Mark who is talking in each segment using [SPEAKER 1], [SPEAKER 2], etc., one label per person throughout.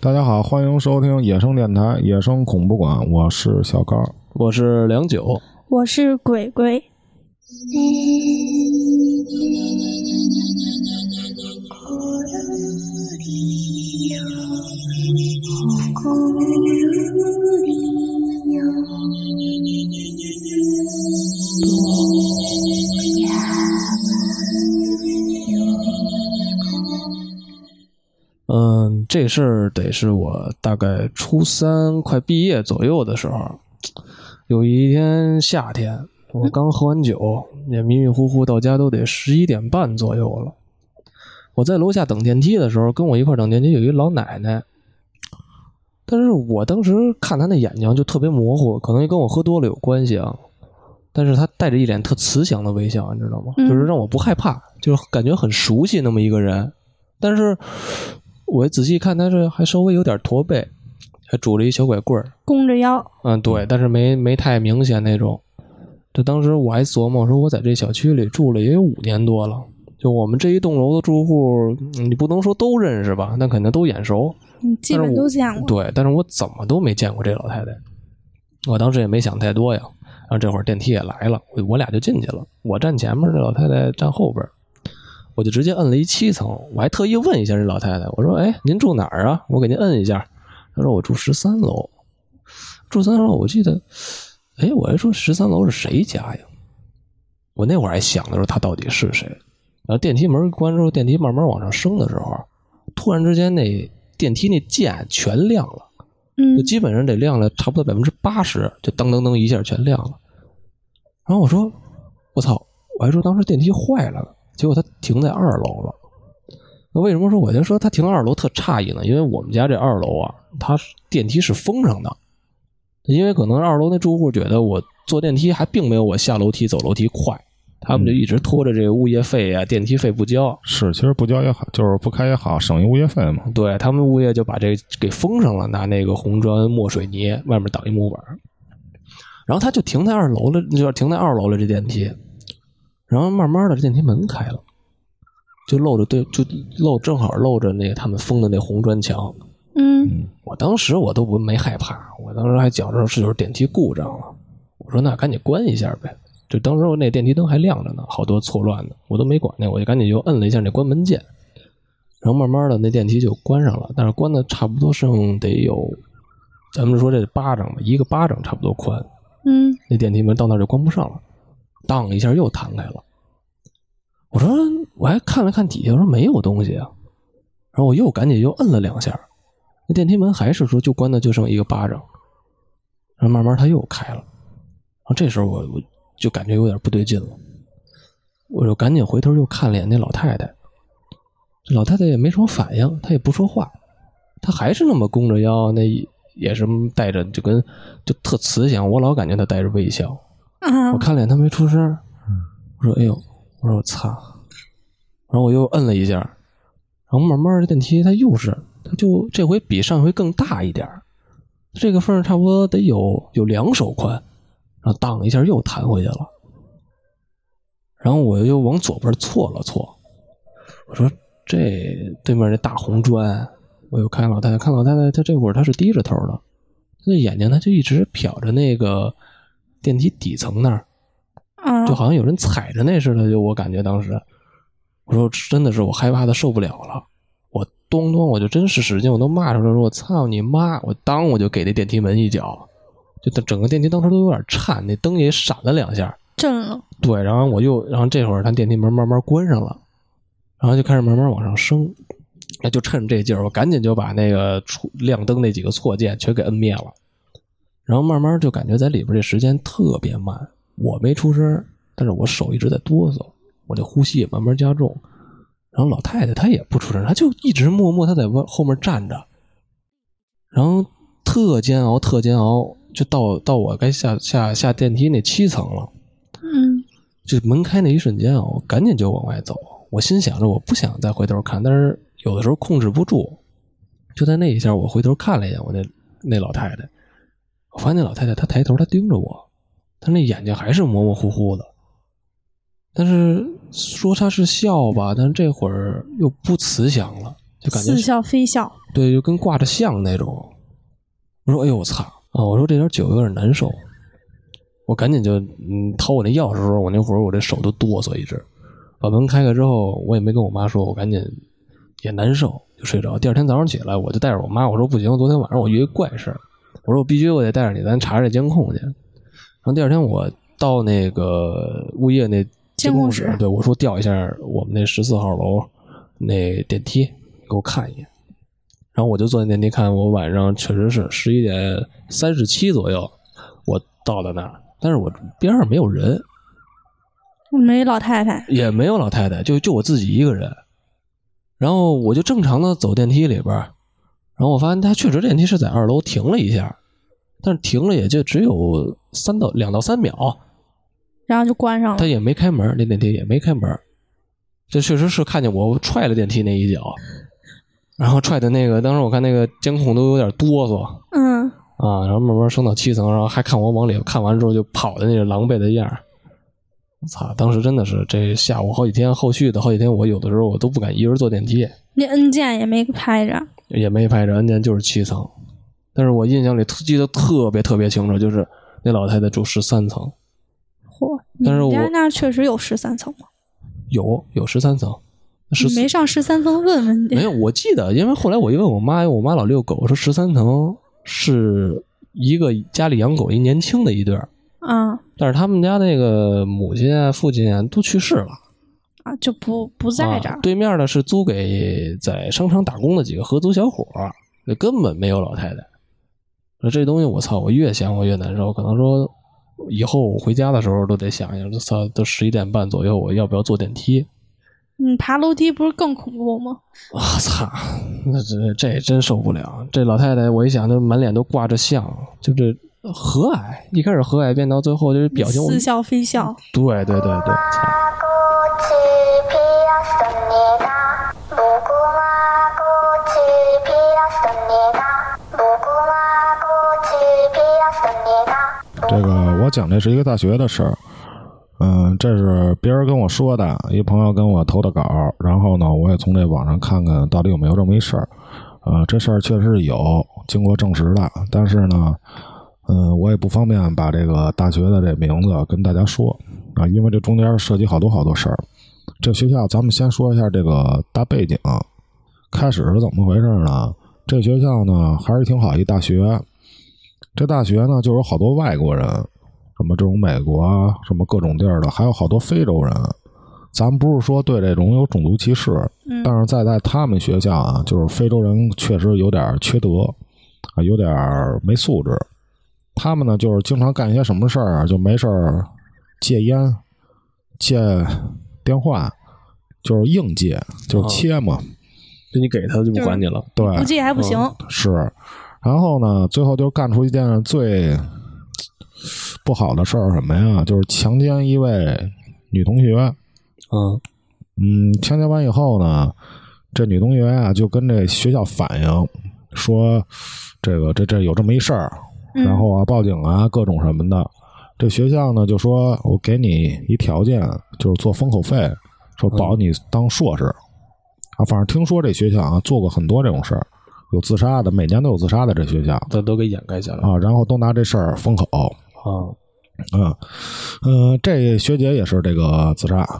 [SPEAKER 1] 大家好，欢迎收听野生电台《野生恐怖馆》，我是小高。
[SPEAKER 2] 我是梁九，
[SPEAKER 3] 我是鬼鬼，
[SPEAKER 2] 嗯，这事儿得是我大概初三快毕业左右的时候，有一天夏天，我刚喝完酒，也迷迷糊糊到家都得十一点半左右了。我在楼下等电梯的时候，跟我一块儿等电梯有一老奶奶，但是我当时看她那眼睛就特别模糊，可能也跟我喝多了有关系啊。但是她带着一脸特慈祥的微笑，你知道吗？
[SPEAKER 3] 嗯
[SPEAKER 2] 就是让我不害怕，就是感觉很熟悉那么一个人。但是我仔细看，他这还稍微有点驼背，还拄着一小拐棍儿。
[SPEAKER 3] 弓着腰，
[SPEAKER 2] 嗯，对，但是没没太明显那种。这当时我还琢磨，我说我在这小区里住了也有五年多了，就我们这一栋楼的住户，嗯你不能说都认识吧，但肯定都眼熟。
[SPEAKER 3] 嗯基本都见过。
[SPEAKER 2] 对，但是我怎么都没见过这老太太。我当时也没想太多呀，然后这会儿电梯也来了，我我俩就进去了。我站前面，这老太太站后边儿，我就直接摁了一七层。我还特意问一下这老太太，我说：“哎，您住哪儿啊？我给您摁一下。”她说：“我住十三楼。”住三楼，我记得，哎，我还说十三楼是谁家呀？我那会儿还想的时候，她到底是谁？然后电梯门关之后，电梯慢慢往上升的时候，啊突然之间那电梯那键全亮了，
[SPEAKER 3] 嗯
[SPEAKER 2] 就基本上得亮了差不多百分之八十，就噔噔噔一下全亮了。然后我说：“我操！”我还说当时电梯坏了呢，结果它停在二楼了。那为什么说我就说它停二楼特诧异呢？因为我们家这二楼啊，它是电梯是封上的，因为可能二楼那住户觉得我坐电梯还并没有我下楼梯走楼梯快，他们就一直拖着这个物业费啊、电梯费不交。
[SPEAKER 1] 是，其实不交也好，就是不开也好，省一物业费嘛。
[SPEAKER 2] 对他们物业就把这给封上了，拿那个红砖抹水泥，外面挡一木板儿，然后他就停在二楼了，就是停在二楼了这电梯，然后慢慢的这电梯门开了，就露着对，就露正好露着那个他们封的那红砖墙，
[SPEAKER 3] 嗯
[SPEAKER 2] 我当时我都不没害怕，我当时还觉着是就是电梯故障了，我说那赶紧关一下呗。就当时我那电梯灯还亮着呢，好多错乱的，我都没管那，我就赶紧就摁了一下那关门键，然后慢慢的那电梯就关上了，但是关的差不多剩得有，咱们说这巴掌吧，一个巴掌差不多宽，
[SPEAKER 3] 嗯，
[SPEAKER 2] 那电梯门到那儿就关不上了，当一下又弹开了。我说我还看了看底下，我说没有东西啊，然后我又赶紧又摁了两下，那电梯门还是说就关的就剩一个巴掌，然后慢慢它又开了，然后这时候我我就感觉有点不对劲了，我就赶紧回头又看了一眼那老太太，这老太太也没什么反应，她也不说话，她还是那么弓着腰，那也是带着就跟就特慈祥，我老感觉她带着微笑。
[SPEAKER 3] 啊
[SPEAKER 2] 我，看了眼她没出声儿，我说：“哎呦！”我说：“我擦！”然后我又摁了一下，然后慢慢的电梯它又是，它就这回比上回更大一点儿，这个缝儿差不多得有有两手宽，然后当一下又弹回去了。然后我又往左边错了错，我说这对面那大红砖，我又看老太太，看老太太，她这会儿她是低着头的，她的眼睛她就一直瞟着那个电梯底层那儿，
[SPEAKER 3] 啊，
[SPEAKER 2] 就好像有人踩着那似的，就我感觉当时，我说真的是我害怕的受不了了，我咚咚我就真是使劲，我都骂出来说我操你妈！我当我就给那电梯门一脚，就整个电梯当时都有点颤，那灯也闪了两下，
[SPEAKER 3] 震了，
[SPEAKER 2] 对，然后我又，然后这会儿他电梯门慢慢关上了，然后就开始慢慢往上升。那就趁着这劲儿，我赶紧就把那个出亮灯那几个错键全给摁灭了，然后慢慢就感觉在里边这时间特别慢。我没出声儿，但是我手一直在哆嗦，我这呼吸也慢慢加重。然后老太太她也不出声，她就一直默默她在外后面站着，然后特煎熬，特煎熬，就到到我该下下下电梯那七层了。
[SPEAKER 3] 嗯
[SPEAKER 2] 就门开那一瞬间啊，我赶紧就往外走。我心想着我不想再回头看，但是有的时候控制不住。就在那一下，我回头看了一眼我那那老太太，我发现那老太太她抬头，她盯着我，她那眼睛还是模模糊糊的。但是说她是笑吧，但是这会儿又不慈祥了，就感觉是
[SPEAKER 3] 似笑非笑，
[SPEAKER 2] 对，就跟挂着像那种。我说：“哎呦，我操！啊，我说这点酒有点难受。”我赶紧就嗯掏我那钥匙的时候，我那会儿我这手都哆嗦一直。把门开开之后，我也没跟我妈说，我赶紧也难受，就睡着。第二天早上起来，我就带着我妈，我说不行，昨天晚上我遇一怪事儿，我说我必须我得带着你，咱查查这监控去。然后第二天我到那个物业那监控室，
[SPEAKER 3] 监控室
[SPEAKER 2] 对我说调一下我们那十四号楼那电梯，给我看一眼。然后我就坐在电梯看，我晚上确实是十一点三十七左右，我到了那儿，但是我边上没有人，
[SPEAKER 3] 没老太太，
[SPEAKER 2] 也没有老太太，就就我自己一个人。然后我就正常的走电梯里边儿，然后我发现它确实电梯是在二楼停了一下，但是停了也就只有三到两到三秒，
[SPEAKER 3] 然后就关上
[SPEAKER 2] 它
[SPEAKER 3] 了。
[SPEAKER 2] 也没开门，那电梯也没开门。这确实是看见我踹了电梯那一脚，然后踹的那个，当时我看那个监控都有点哆嗦，
[SPEAKER 3] 嗯，
[SPEAKER 2] 啊，然后慢慢升到七层，然后还看我往里看完之后就跑的那个狼狈的样儿。我操！当时真的是这下午好几天，后续的好几天，我有的时候我都不敢一人坐电梯，
[SPEAKER 3] 那按键也没拍着。
[SPEAKER 2] 也没拍着，按键就是七层。但是我印象里特记得特别特别清楚，就是那老太太住十三层，
[SPEAKER 3] 嚯，
[SPEAKER 2] 但是
[SPEAKER 3] 你们家
[SPEAKER 2] 我
[SPEAKER 3] 那儿确实有十三层吗？
[SPEAKER 2] 有有十三层，十
[SPEAKER 3] 你没上十三层问问去。
[SPEAKER 2] 没有，我记得，因为后来我一问我妈，我妈老遛狗，说十三层是一个家里养狗一年轻的一对儿，
[SPEAKER 3] 啊
[SPEAKER 2] 但是他们家那个母亲啊、父亲啊都去世了，
[SPEAKER 3] 啊，就不不在这
[SPEAKER 2] 啊
[SPEAKER 3] 儿。
[SPEAKER 2] 对面呢是租给在商场打工的几个合租小伙儿，那根本没有老太太。说这东西我操，我越想我越难受。可能说以后我回家的时候都得想一想，操，都十一点半左右，我要不要坐电梯？
[SPEAKER 3] 你嗯爬楼梯不是更恐怖吗？
[SPEAKER 2] 我操，那这这真受不了！这老太太，我一想就满脸都挂着相，就是和蔼，一开始和蔼，变到最后就是表情我，
[SPEAKER 3] 似笑非笑。
[SPEAKER 2] 对对对对，操。
[SPEAKER 4] 꽃이 피었습니다. 무궁화 꽃이 피었습니다. 무궁화 꽃이 피었습니다.
[SPEAKER 1] 这个我讲这是一个大学的事儿，嗯，这是别人跟我说的，一朋友跟我投的稿，然后呢，我也从这网上看看到底有没有这么一事儿，呃，这事儿确实是有经过证实的，但是呢，嗯，我也不方便把这个大学的这名字跟大家说啊，因为这中间涉及好多好多事儿。这学校咱们先说一下这个大背景，开始是怎么回事呢？这学校呢还是挺好一大学，这大学呢，就有好多外国人，什么这种美国啊，什么各种地儿的，还有好多非洲人。咱不是说对这种有种族歧视，
[SPEAKER 3] 嗯
[SPEAKER 1] 但是在在他们学校啊，就是非洲人确实有点缺德啊，有点没素质。他们呢，就是经常干一些什么事儿啊，就没事儿戒烟、戒电话，就是硬戒，就是切嘛。
[SPEAKER 2] 就你给他就不管你了。
[SPEAKER 1] 对，
[SPEAKER 3] 不戒还不行。
[SPEAKER 2] 嗯
[SPEAKER 1] 是，然后呢，最后就干出一件最不好的事儿，什么呀？就是强奸一位女同学。
[SPEAKER 2] 嗯
[SPEAKER 1] 嗯，强奸完以后呢，这女同学啊就跟这学校反映说，这个这这有这么一事儿，
[SPEAKER 3] 嗯
[SPEAKER 1] 然后啊报警啊各种什么的。这学校呢就说，我给你一条件，就是做封口费，说保你当硕士。啊，反正听说这学校啊做过很多这种事儿，有自杀的，每年都有自杀的这学校
[SPEAKER 2] 他都给掩盖下来了
[SPEAKER 1] 啊，然后都拿这事儿封口。
[SPEAKER 2] 啊。
[SPEAKER 1] 嗯嗯、这学姐也是这个自杀，
[SPEAKER 3] 啊，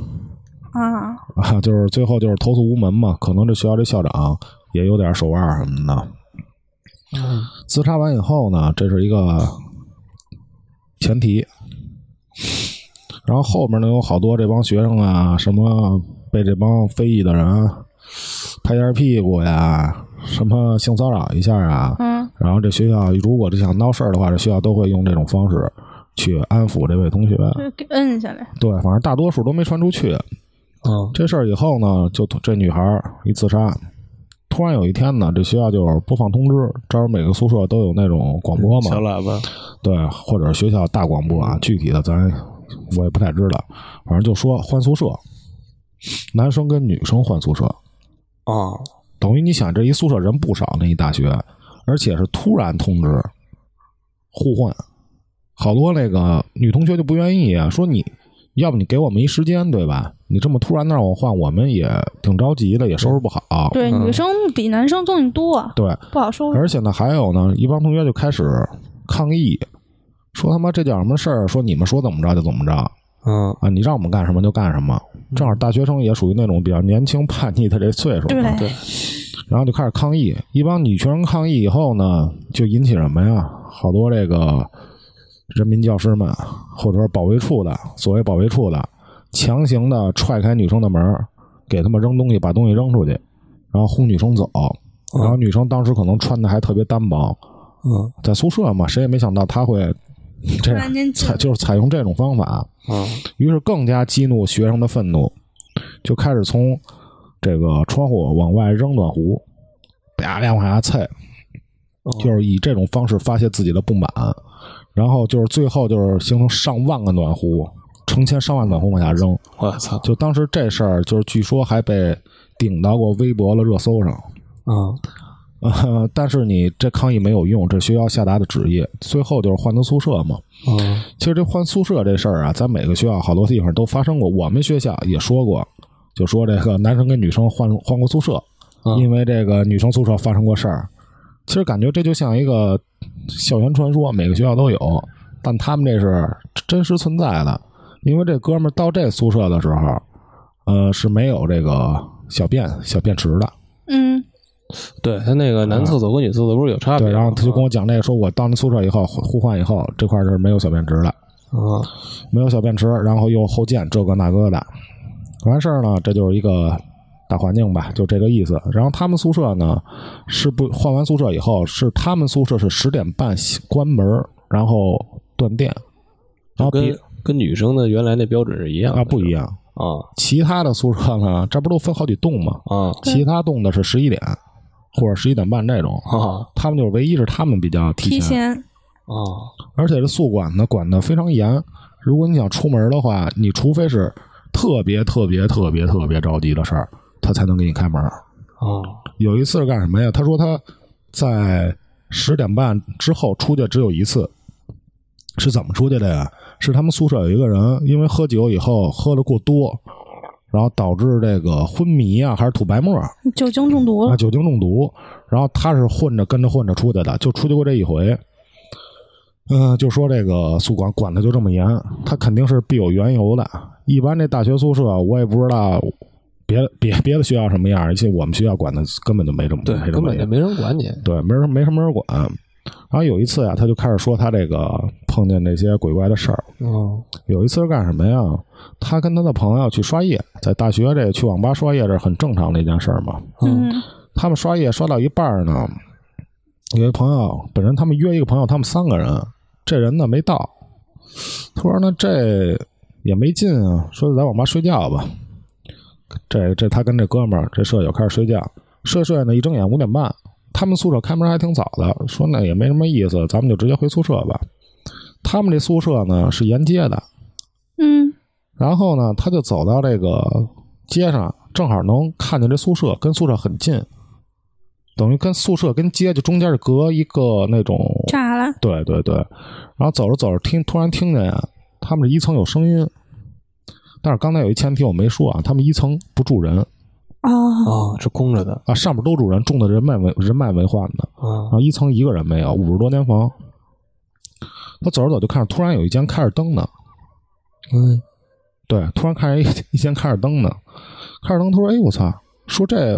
[SPEAKER 1] 啊， 就是最后就是投诉无门嘛，可能这学校这校长也有点手腕什么的。自杀完以后呢，这是一个前提，然后后面呢有好多这帮学生啊，什么被这帮非议的人啊拍一下屁股呀，什么性骚扰一下啊，
[SPEAKER 3] 嗯
[SPEAKER 1] 然后这学校如果这想闹事儿的话，这学校都会用这种方式去安抚这位同学。
[SPEAKER 3] 就给摁下来。
[SPEAKER 1] 对，反正大多数都没传出去。
[SPEAKER 2] 嗯
[SPEAKER 1] 这事儿以后呢，就这女孩儿一自杀，突然有一天呢，这学校就是播放通知，这儿每个宿舍都有那种广播嘛
[SPEAKER 2] 小，喇叭，
[SPEAKER 1] 对，或者学校大广播啊，具体的咱我也不太知道，反正就说换宿舍，男生跟女生换宿舍，
[SPEAKER 2] 啊，
[SPEAKER 1] 等于你想这一宿舍人不少，那一大学，而且是突然通知互换，好多那个女同学就不愿意啊，说你要不你给我们一时间对吧？你这么突然的让我换，我们也挺着急的，也收拾不好。
[SPEAKER 3] 对，
[SPEAKER 2] 嗯
[SPEAKER 3] 女生比男生东西多，啊
[SPEAKER 1] 对
[SPEAKER 3] 不好收拾。
[SPEAKER 1] 而且呢，还有呢，一帮同学就开始抗议，说他妈这叫什么事儿？说你们说怎么着就怎么着啊！
[SPEAKER 2] 嗯，
[SPEAKER 1] 你让我们干什么就干什么。正好大学生也属于那种比较年轻叛逆的这岁数，
[SPEAKER 3] 对，
[SPEAKER 2] 对
[SPEAKER 1] 然后就开始抗议。一帮女学生抗议以后呢，就引起什么呀？好多这个人民教师们，或者说保卫处的，所谓保卫处的，强行的踹开女生的门儿，给他们扔东西，把东西扔出去，然后轰女生走。然后女生当时可能穿的还特别单薄，
[SPEAKER 2] 嗯
[SPEAKER 1] 在宿舍嘛，谁也没想到她会这
[SPEAKER 3] 突
[SPEAKER 1] 样
[SPEAKER 3] 然间进
[SPEAKER 1] 采，哎就是采用这种方法。
[SPEAKER 2] 嗯
[SPEAKER 1] 于是更加激怒学生的愤怒，就开始从这个窗户往外扔暖壶，啪两往下踩，就是以这种方式发泄自己的不满，然后就是最后就是形成上万个暖壶，成千上万暖壶往下扔。
[SPEAKER 2] 我操，
[SPEAKER 1] 就当时这事儿，就是据说还被顶到过微博了热搜上。
[SPEAKER 2] 嗯
[SPEAKER 1] 呃，但是你这抗议没有用，这学校下达的旨意，最后就是换到宿舍嘛。
[SPEAKER 2] 嗯
[SPEAKER 1] 其实这换宿舍这事儿啊，在每个学校好多地方都发生过。我们学校也说过，就说这个男生跟女生换换过宿舍，
[SPEAKER 2] 嗯
[SPEAKER 1] 因为这个女生宿舍发生过事儿。其实感觉这就像一个校园传说，每个学校都有，但他们这是真实存在的。因为这哥们儿到这宿舍的时候，呃，是没有这个小便小便池的。
[SPEAKER 3] 嗯，
[SPEAKER 2] 对他那个男厕所跟女厕所不是有差别
[SPEAKER 1] 对，
[SPEAKER 2] 吗？
[SPEAKER 1] 然后他就跟我讲这个，说我到那宿舍以后互换以后，这块儿是没有小便池的。
[SPEAKER 2] 嗯
[SPEAKER 1] 没有小便池，然后又后建这个那个的，完事儿呢，这就是一个大环境吧，就这个意思。然后他们宿舍呢是不换完宿舍以后，是他们宿舍是十点半关门，然后断电，然后别
[SPEAKER 2] 跟跟女生的原来那标准是一样的
[SPEAKER 1] 啊不一样。
[SPEAKER 2] 啊
[SPEAKER 1] 其他的宿舍呢，这不都分好几栋吗？
[SPEAKER 2] 啊
[SPEAKER 3] 对
[SPEAKER 1] 其他栋的是十一点或者十一点半这种，
[SPEAKER 2] 啊
[SPEAKER 1] 他们就是唯一是他们比较
[SPEAKER 3] 提前
[SPEAKER 2] 啊
[SPEAKER 1] 而且这宿管呢管的非常严。如果你想出门的话，你除非是特别特别特别特别着急的事儿，他才能给你开门。
[SPEAKER 2] 啊
[SPEAKER 1] 有一次是干什么呀？他说他在十点半之后出去只有一次，是怎么出去的呀？是他们宿舍有一个人因为喝酒以后喝的过多，然后导致这个昏迷啊，还是吐白沫啊，
[SPEAKER 3] 酒精中毒
[SPEAKER 1] 啊，
[SPEAKER 2] 哦
[SPEAKER 3] 了，
[SPEAKER 1] 酒精中毒，然后他是混着跟着混着出去的，就出去过这一回。嗯、就说这个宿管管的就这么严，他肯定是必有缘由的。一般这大学宿舍，我也不知道别别别的学校什么样，而且我们学校管的根本就没这么
[SPEAKER 2] 对
[SPEAKER 1] 没，这
[SPEAKER 2] 根
[SPEAKER 1] 么
[SPEAKER 2] 本
[SPEAKER 1] 严
[SPEAKER 2] 就，没人管你
[SPEAKER 1] 对，没人没什么人管。然后有一次啊，他就开始说他这个碰见这些鬼怪的事儿。
[SPEAKER 2] 嗯
[SPEAKER 1] 有一次是干什么呀？他跟他的朋友去刷夜，在大学这去网吧刷夜这是很正常的一件事儿嘛。
[SPEAKER 3] 嗯，
[SPEAKER 1] 他们刷夜刷到一半儿呢，有一朋友，本身他们约一个朋友，他们三个人，这人呢没到，他说呢这也没劲啊，说在网吧睡觉吧。这这他跟这哥们儿这舍友开始睡觉，睡睡呢一睁眼五点半，他们宿舍开门还挺早的，说那也没什么意思，咱们就直接回宿舍吧。他们这宿舍呢是沿街的，
[SPEAKER 3] 嗯，
[SPEAKER 1] 然后呢，他就走到这个街上，正好能看见这宿舍，跟宿舍很近，等于跟宿舍跟街就中间是隔一个那种，
[SPEAKER 3] 炸了，
[SPEAKER 1] 对对对。然后走着走着听，突然听见呀，他们这一层有声音，但是刚才有一前提我没说啊，他们一层不住人
[SPEAKER 3] 哦，
[SPEAKER 2] 啊是空着的
[SPEAKER 1] 啊，上面都住人，种的人脉为人脉为患的
[SPEAKER 2] 啊
[SPEAKER 1] 啊，一层一个人没有，五十多间房。他走着走就看着，突然有一间开着灯呢，
[SPEAKER 2] 嗯
[SPEAKER 1] 对，突然看见 一一间开着灯呢，开着灯，他说：“哎，我操！说这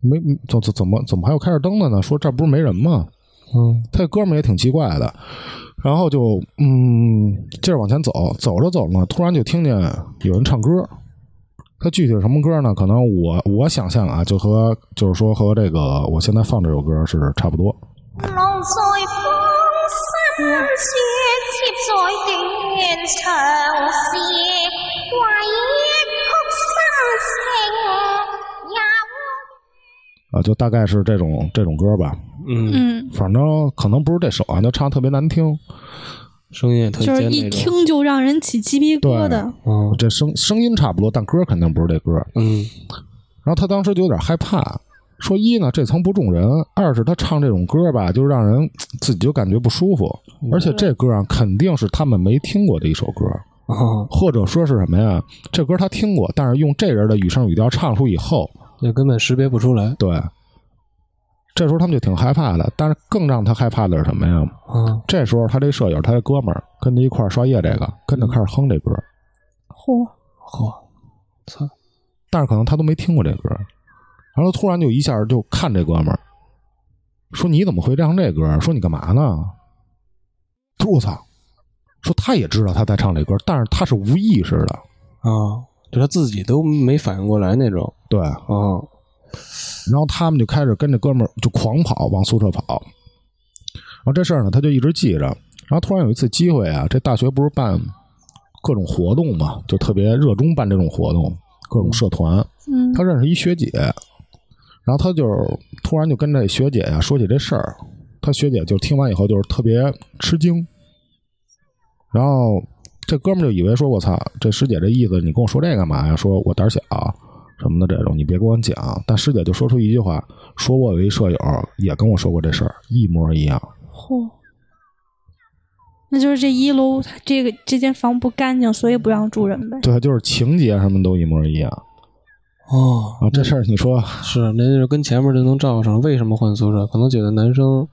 [SPEAKER 1] 没怎怎怎么怎么还有开着灯的呢？说这不是没人吗？”
[SPEAKER 2] 嗯
[SPEAKER 1] 他这哥们儿也挺奇怪的，然后就嗯，接着往前走，走着走着呢，突然就听见有人唱歌。他具体是什么歌呢？可能我我想象啊，就和就是说和这个我现在放这首歌是差不多。
[SPEAKER 5] 浪在半山雪，接在断肠线，唯一曲心情也会。
[SPEAKER 1] 啊，就大概是这种这种歌吧，
[SPEAKER 2] 嗯，
[SPEAKER 3] 嗯，
[SPEAKER 1] 反正可能不是这首啊，就唱得特别难听，
[SPEAKER 2] 声音也特
[SPEAKER 3] 就是
[SPEAKER 2] 尖
[SPEAKER 3] 一
[SPEAKER 2] 那种，
[SPEAKER 3] 听就让人起鸡皮疙瘩，
[SPEAKER 2] 嗯
[SPEAKER 1] 这声声音差不多，但歌肯定不是这歌。
[SPEAKER 2] 嗯
[SPEAKER 1] 然后他当时就有点害怕，说一呢这层不中人，二是他唱这种歌吧，就让人自己就感觉不舒服，而且这歌啊肯定是他们没听过的一首歌，
[SPEAKER 2] 哦，
[SPEAKER 1] 或者说是什么呀？这歌他听过，但是用这人的语声语调唱出以后，
[SPEAKER 2] 就根本识别不出来。
[SPEAKER 1] 对，这时候他们就挺害怕的。但是更让他害怕的是什么呀？
[SPEAKER 2] 嗯，
[SPEAKER 1] 这时候他这舍友，他这哥们儿跟着一块儿刷夜这个，跟着开始哼这歌，
[SPEAKER 3] 嚯，
[SPEAKER 2] 嚯，操，
[SPEAKER 1] 但是可能他都没听过这歌，然后突然就一下就看这哥们儿，说你怎么会唱这歌？说你干嘛呢？他说我操，说他也知道他在唱这歌，但是他是无意识的。
[SPEAKER 2] 啊，就他自己都没反应过来那种。
[SPEAKER 1] 对，
[SPEAKER 2] 哦，
[SPEAKER 1] 然后他们就开始跟着哥们儿就狂跑，往宿舍跑。然后这事儿呢，他就一直记着。然后突然有一次机会啊，这大学不是办各种活动嘛，就特别热衷办这种活动，各种社团。
[SPEAKER 3] 嗯
[SPEAKER 1] 他认识一学姐，然后他就突然就跟这学姐呀、说起这事儿，他学姐就听完以后就是特别吃惊，然后这哥们儿就以为说我操，这师姐这意思你跟我说这干嘛呀？说我胆小什么的这种，你别跟我讲。但师姐就说出一句话，说我有一舍友也跟我说过这事儿，一模一样。
[SPEAKER 3] 嚯，那就是这一楼它这个这间房不干净，所以不让住人呗。
[SPEAKER 1] 对，就是情节什么都一模一样
[SPEAKER 2] 哦，
[SPEAKER 1] 啊。这事儿你说
[SPEAKER 2] 是，那就是跟前面就能照上。为什么换宿舍？可能觉得男生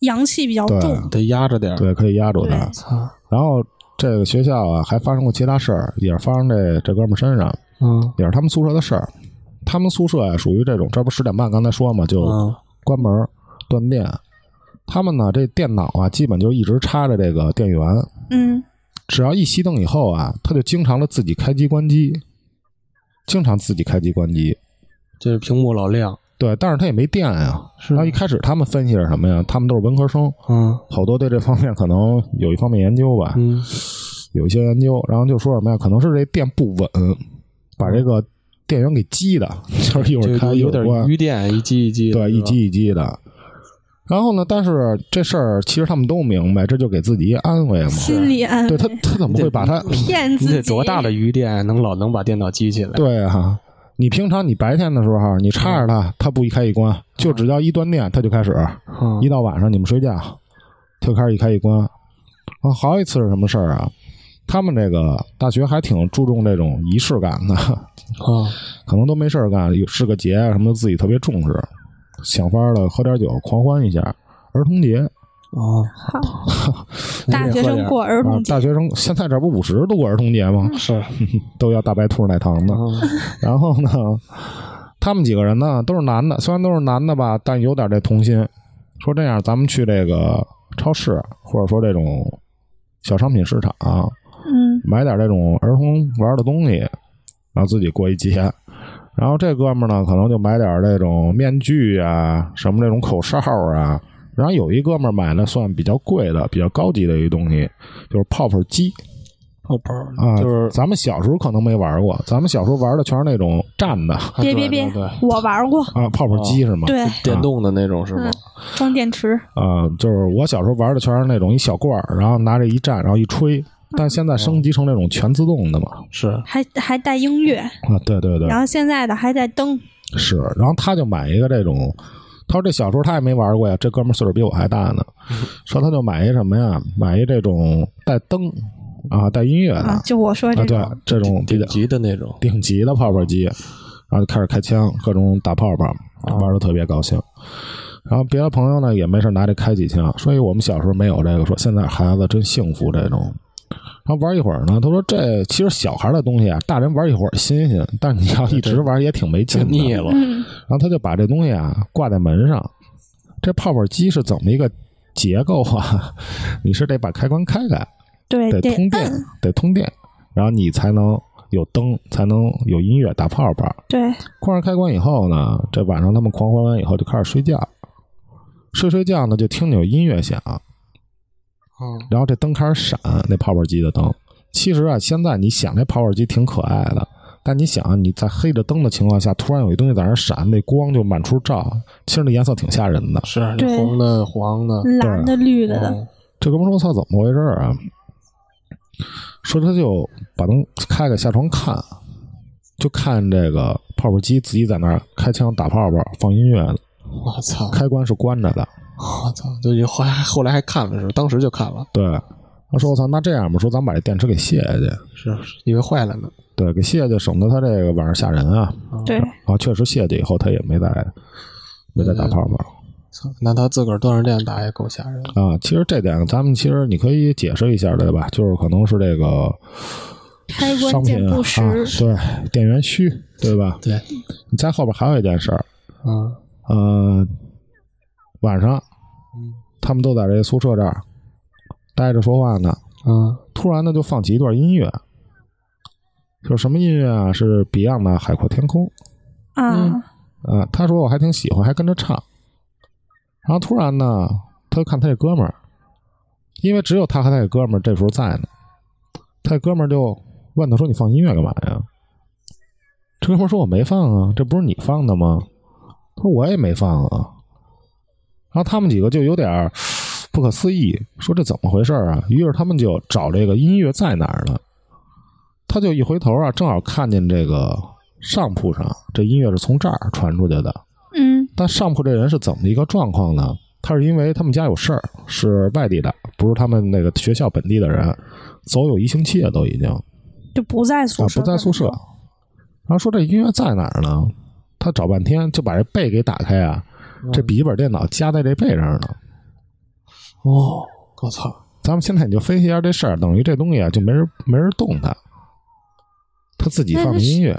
[SPEAKER 3] 阳气比较
[SPEAKER 1] 对
[SPEAKER 3] 重，
[SPEAKER 2] 得压着点儿。
[SPEAKER 1] 对，可以压住他
[SPEAKER 3] 对。
[SPEAKER 2] 操，
[SPEAKER 1] 然后这个学校啊，还发生过其他事儿，也是发生这这哥们儿身上，
[SPEAKER 2] 嗯
[SPEAKER 1] 也是他们宿舍的事儿。他们宿舍啊，属于这种，这不十点半刚才说嘛，就
[SPEAKER 2] 嗯
[SPEAKER 1] 关门儿断电。他们呢，这电脑啊，基本就一直插着这个电源，
[SPEAKER 3] 嗯，
[SPEAKER 1] 只要一熄灯以后啊，他就经常的自己开机关机，经常自己开机关机。
[SPEAKER 2] 就是屏幕老亮。
[SPEAKER 1] 对，但是他也没电呀、
[SPEAKER 2] 是
[SPEAKER 1] 然后一开始他们分析是什么呀？他们都是文科生，
[SPEAKER 2] 嗯
[SPEAKER 1] 好多对这方面可能有一方面研究吧。
[SPEAKER 2] 嗯
[SPEAKER 1] 有一些研究，然后就说什么呀？可能是这电不稳，把这个电源给激的， 就是一会儿
[SPEAKER 2] 就
[SPEAKER 1] 开
[SPEAKER 2] 有点
[SPEAKER 1] 一会儿关
[SPEAKER 2] 余电，一激一激的，
[SPEAKER 1] 对，一
[SPEAKER 2] 是吧
[SPEAKER 1] 激一激的。然后呢，但是这事儿其实他们都明白，这就给自己一安慰嘛。
[SPEAKER 3] 心理安
[SPEAKER 1] 对
[SPEAKER 3] 慰，
[SPEAKER 1] 他，他怎么会把他？
[SPEAKER 3] 骗
[SPEAKER 2] 你
[SPEAKER 3] 自
[SPEAKER 2] 得
[SPEAKER 3] 己
[SPEAKER 2] 多大的余电能老能把电脑激起来？
[SPEAKER 1] 对啊，你平常你白天的时候，你插着它，它不一开一关，就只要一断电，它就开始。
[SPEAKER 2] 嗯
[SPEAKER 1] 一到晚上你们睡觉，它就开始一开一关。啊，还有一次是什么事儿啊？他们这个大学还挺注重这种仪式感的，
[SPEAKER 2] 啊
[SPEAKER 1] 可能都没事儿干，有是个节啊什么的，自己特别重视，想法儿了，喝点酒狂欢一下。儿童节，
[SPEAKER 2] 啊，
[SPEAKER 3] 好
[SPEAKER 2] 那
[SPEAKER 3] 大
[SPEAKER 2] 得
[SPEAKER 3] 学
[SPEAKER 2] 喝
[SPEAKER 3] 生
[SPEAKER 2] 点儿
[SPEAKER 3] 过儿
[SPEAKER 1] 啊
[SPEAKER 3] 童节，
[SPEAKER 1] 大学生现在这不五十度过儿童节吗？
[SPEAKER 2] 是
[SPEAKER 1] 都要大白兔奶糖的。
[SPEAKER 2] 嗯
[SPEAKER 1] 然后呢，他们几个人呢都是男的，虽然都是男的吧，但有点这童心，说这样咱们去这个超市，或者说这种小商品市场、
[SPEAKER 3] 嗯，
[SPEAKER 1] 买点这种儿童玩的东西，然后自己过一节。然后这哥们儿呢，可能就买点这种面具啊，什么这种口哨啊。然后有一哥们儿买的算比较贵的、比较高级的一东西，就是泡泡机
[SPEAKER 2] 泡泡
[SPEAKER 1] 啊。
[SPEAKER 2] 就是
[SPEAKER 1] 咱们小时候可能没玩过，咱们小时候玩的全是那种站的
[SPEAKER 2] 啊
[SPEAKER 3] 别
[SPEAKER 2] 对
[SPEAKER 3] 别别
[SPEAKER 2] 对对，
[SPEAKER 3] 我玩过，
[SPEAKER 2] 哦
[SPEAKER 1] 啊，泡泡机是吗？
[SPEAKER 3] 对，
[SPEAKER 2] 电动的那种是吗？
[SPEAKER 3] 装电池，
[SPEAKER 1] 啊、就是我小时候玩的全是那种一小罐儿，然后拿着一站，然后一吹。
[SPEAKER 3] 嗯
[SPEAKER 1] 但现在升级成那种全自动的嘛？
[SPEAKER 2] 是
[SPEAKER 3] 还还带音乐，
[SPEAKER 1] 啊，对对对，
[SPEAKER 3] 然后现在的还带灯，
[SPEAKER 1] 是。然后他就买一个这种，他说这小时候他也没玩过呀，这哥们儿岁数比我还大呢。
[SPEAKER 2] 嗯
[SPEAKER 1] 说他就买一什么呀？买一这种带灯啊、带音乐的
[SPEAKER 3] 啊
[SPEAKER 1] 啊，
[SPEAKER 3] 就我说这
[SPEAKER 1] 对
[SPEAKER 3] 种，，
[SPEAKER 1] 这种比
[SPEAKER 2] 顶
[SPEAKER 1] 较
[SPEAKER 2] 级的那种
[SPEAKER 1] 顶级的泡泡机，然后就开始开枪，各种打泡泡，玩的特别高兴。然后别的朋友呢也没事拿这开几枪，所以我们小时候没有这个，说现在孩子真幸福这种。然后玩一会儿呢，他说这其实小孩的东西啊，大人玩一会儿新鲜，但你要一直玩也挺没劲
[SPEAKER 2] 就
[SPEAKER 1] 的。
[SPEAKER 2] 腻了，
[SPEAKER 3] 嗯，
[SPEAKER 1] 然后他就把这东西啊挂在门上。这泡泡机是怎么一个结构啊？ 你是得把开关开开，
[SPEAKER 3] 哎对，嗯
[SPEAKER 1] 得
[SPEAKER 3] 得
[SPEAKER 1] 通电
[SPEAKER 3] 摁，，
[SPEAKER 1] 得通电，然后你才能有灯，才能有音乐打泡泡。
[SPEAKER 3] 对，
[SPEAKER 1] 关上开关以后呢，这晚上他们狂欢完以后就开始睡觉，睡睡觉呢就听见有音乐响，
[SPEAKER 2] 嗯
[SPEAKER 1] 然后这灯开始闪，那泡泡机的灯。其实啊，现在你想这泡泡机挺可爱的，但你想你在黑着灯的情况下，突然有一东西在那儿闪，那光就满处照，其实那颜色挺吓人的。
[SPEAKER 2] 啊是有
[SPEAKER 3] 对
[SPEAKER 2] 红的黄的，
[SPEAKER 3] 蓝的绿的的，
[SPEAKER 2] 嗯
[SPEAKER 1] 这哥们儿说：“我操，怎么回事儿啊？”说他就把灯开开，下床看，就看这个泡泡机自己在那儿开枪打泡泡，放音乐呢，
[SPEAKER 2] 我操
[SPEAKER 1] 开关是关着的。
[SPEAKER 2] 我操，就已经后来后来还看了是吧，当时就看了，
[SPEAKER 1] 对，他说我操，那这样吧，说咱们把这电池给卸下去，
[SPEAKER 2] 是以为坏了呢。
[SPEAKER 1] 对，给卸下去，省得他这个晚上吓人啊。
[SPEAKER 3] 对，
[SPEAKER 1] 然后确实卸去以后，他也没再没再打泡泡。
[SPEAKER 2] 操，那他自个儿断上电打也够吓人的。
[SPEAKER 1] 啊，其实这点咱们其实你可以解释一下对吧？就是可能是这个
[SPEAKER 3] 开关
[SPEAKER 1] 商
[SPEAKER 3] 键
[SPEAKER 1] 品啊，
[SPEAKER 3] 不实，
[SPEAKER 1] 啊对，电源虚，对吧？
[SPEAKER 2] 对，
[SPEAKER 1] 你在后边还有一件事儿，
[SPEAKER 2] 嗯
[SPEAKER 1] 呃，晚上他们都在这宿舍这儿待着说话呢，
[SPEAKER 2] 嗯
[SPEAKER 1] 突然呢就放起一段音乐，就是什么音乐啊？是 Beyond 的《海阔天空》
[SPEAKER 2] 嗯
[SPEAKER 3] 啊，
[SPEAKER 1] 啊、他说我还挺喜欢，还跟着唱。然后突然呢，他就看他这哥们儿，因为只有他和他这哥们儿这时候在呢，他这哥们儿就问他说：“你放音乐干嘛呀？”这哥们儿说：“我没放啊，这不是你放的吗？”他说：“我也没放啊。”然后他们几个就有点儿不可思议，说这怎么回事儿啊？于是他们就找这个音乐在哪儿了。他就一回头啊，正好看见这个上铺上这音乐是从这儿传出去的。
[SPEAKER 3] 嗯
[SPEAKER 1] 但上铺这人是怎么一个状况呢？他是因为他们家有事儿，是外地的，不是他们那个学校本地的人，走有一星期了都已经。
[SPEAKER 3] 就不在
[SPEAKER 1] 啊
[SPEAKER 3] 宿，舍，
[SPEAKER 1] 不在宿舍。然后说这音乐在哪儿呢？他找半天就把这背给打开啊，
[SPEAKER 3] 嗯
[SPEAKER 1] 这笔记本电脑夹在这背上呢。
[SPEAKER 2] 哦，我操，
[SPEAKER 1] 咱们现在你就分析一下这事儿，等于这东西啊就没人没人动它，它自己放的音乐，